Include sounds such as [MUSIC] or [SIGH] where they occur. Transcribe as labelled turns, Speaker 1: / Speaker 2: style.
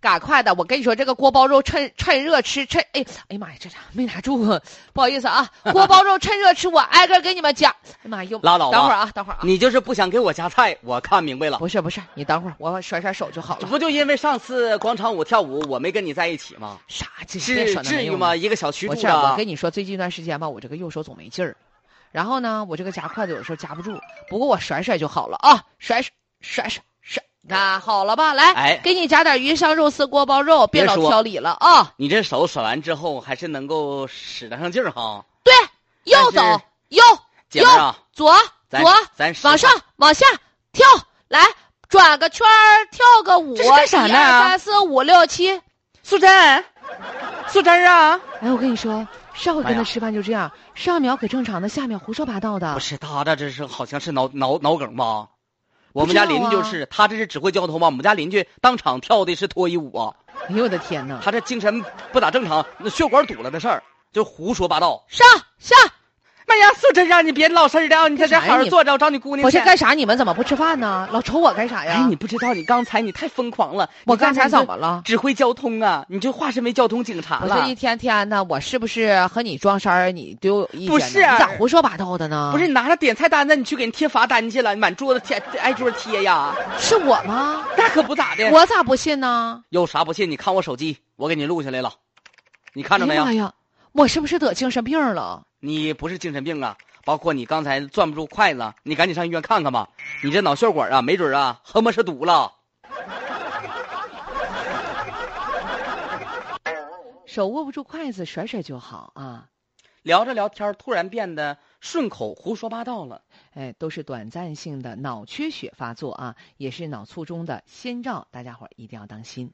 Speaker 1: 赶快的！我跟你说，这个锅包肉趁趁热吃，趁哎哎呀妈呀，这咋没拿住啊？不好意思啊，锅包肉趁热吃，我挨个给你们讲。 [LAUGHS] 哎妈呀，又
Speaker 2: 拉倒吧
Speaker 1: 等会儿啊，等会儿啊，
Speaker 2: 你就是不想给我夹菜，我看明白了。
Speaker 1: 不是不是，你等会儿，我甩甩手就好了。
Speaker 2: 不就因为上次广场舞跳舞我没跟你在一起吗？
Speaker 1: 啥？这别
Speaker 2: 是
Speaker 1: 说那
Speaker 2: 至
Speaker 1: 没
Speaker 2: 于
Speaker 1: 用
Speaker 2: 吗？
Speaker 1: 的
Speaker 2: 一个小区
Speaker 1: 不
Speaker 2: 住
Speaker 1: 是，我
Speaker 2: 的
Speaker 1: 跟，你说，最近一段时间吧，我这个右手总没劲儿，然后呢，我这个夹筷子有时候夹不住，不过我甩甩就好了啊，甩甩甩甩甩，那好了吧？来，
Speaker 2: 哎
Speaker 1: 给你夹点鱼香肉丝、锅包肉，别
Speaker 2: 别
Speaker 1: 老
Speaker 2: 说
Speaker 1: 挑理了啊！
Speaker 2: 你这手甩完之后还是能够使得上劲儿哈。
Speaker 1: 对，右走
Speaker 2: 但是
Speaker 1: 右
Speaker 2: 姐们儿啊，
Speaker 1: 左
Speaker 2: 咱
Speaker 1: 左，
Speaker 2: 咱实话
Speaker 1: 往上往下跳，来转个圈儿，跳个舞，
Speaker 3: 这是干啥呢
Speaker 1: 一二三四五六 [LAUGHS] 七。
Speaker 3: 素贞，素贞啊，
Speaker 1: 哎，我跟你说，上回
Speaker 2: 哎
Speaker 1: 跟
Speaker 2: 呀
Speaker 1: 他吃饭就这样，上秒可正常的，下秒胡说八道的
Speaker 2: 不。是他这这是好像是脑脑脑梗吧？
Speaker 1: 不
Speaker 2: 我们
Speaker 1: 知
Speaker 2: 家
Speaker 1: 道
Speaker 2: 邻居就是他，这是指挥交通吗？我们家邻居当场跳的是脱衣舞啊，
Speaker 1: 哎呦我的天哪！
Speaker 2: 他这精神不咋正常，那血管堵了的事儿，就胡说八道。
Speaker 1: 上下
Speaker 2: 妈呀，素贞让你别闹事儿了，你在这
Speaker 1: 干啥呀
Speaker 2: 好好
Speaker 1: 你
Speaker 2: 坐着，我找你姑娘
Speaker 1: 不
Speaker 2: 去
Speaker 1: 是。干啥？你们怎么不吃饭呢？老瞅我干啥呀？
Speaker 2: 哎，你不知道，你刚才你太疯狂了。
Speaker 1: 我
Speaker 2: 你
Speaker 1: 刚才
Speaker 2: 你就
Speaker 1: 怎么了
Speaker 2: 指挥交通啊，你就化身为交通警察
Speaker 1: 我这
Speaker 2: 了
Speaker 1: 一。天天的，我是不是和你装衫儿？你都有意见呢？
Speaker 2: 不是
Speaker 1: 你咋胡说八道的呢？
Speaker 2: 不是，你拿着点菜单子，你去给人贴罚单去了，你满桌子贴，挨桌贴呀，
Speaker 1: 是我吗？
Speaker 2: 那可不咋的。
Speaker 1: 我咋不信呢？
Speaker 2: 有啥不信？你看我手机，我给你录下来了，你看着
Speaker 1: 哎
Speaker 2: 没
Speaker 1: 呀
Speaker 2: 有
Speaker 1: 妈？呀，我是不是得精神病了？
Speaker 2: 你不是精神病啊，包括你刚才攥不住筷子，你赶紧上医院看看吧。你这脑血管啊，没准儿啊，他妈是堵了。
Speaker 1: 手握不住筷子，甩甩就好啊。
Speaker 2: 聊着聊天儿，突然变得顺口胡说八道了。
Speaker 1: 哎，都是短暂性的脑缺血发作啊，也是脑卒中的先兆，大家伙儿一定要当心。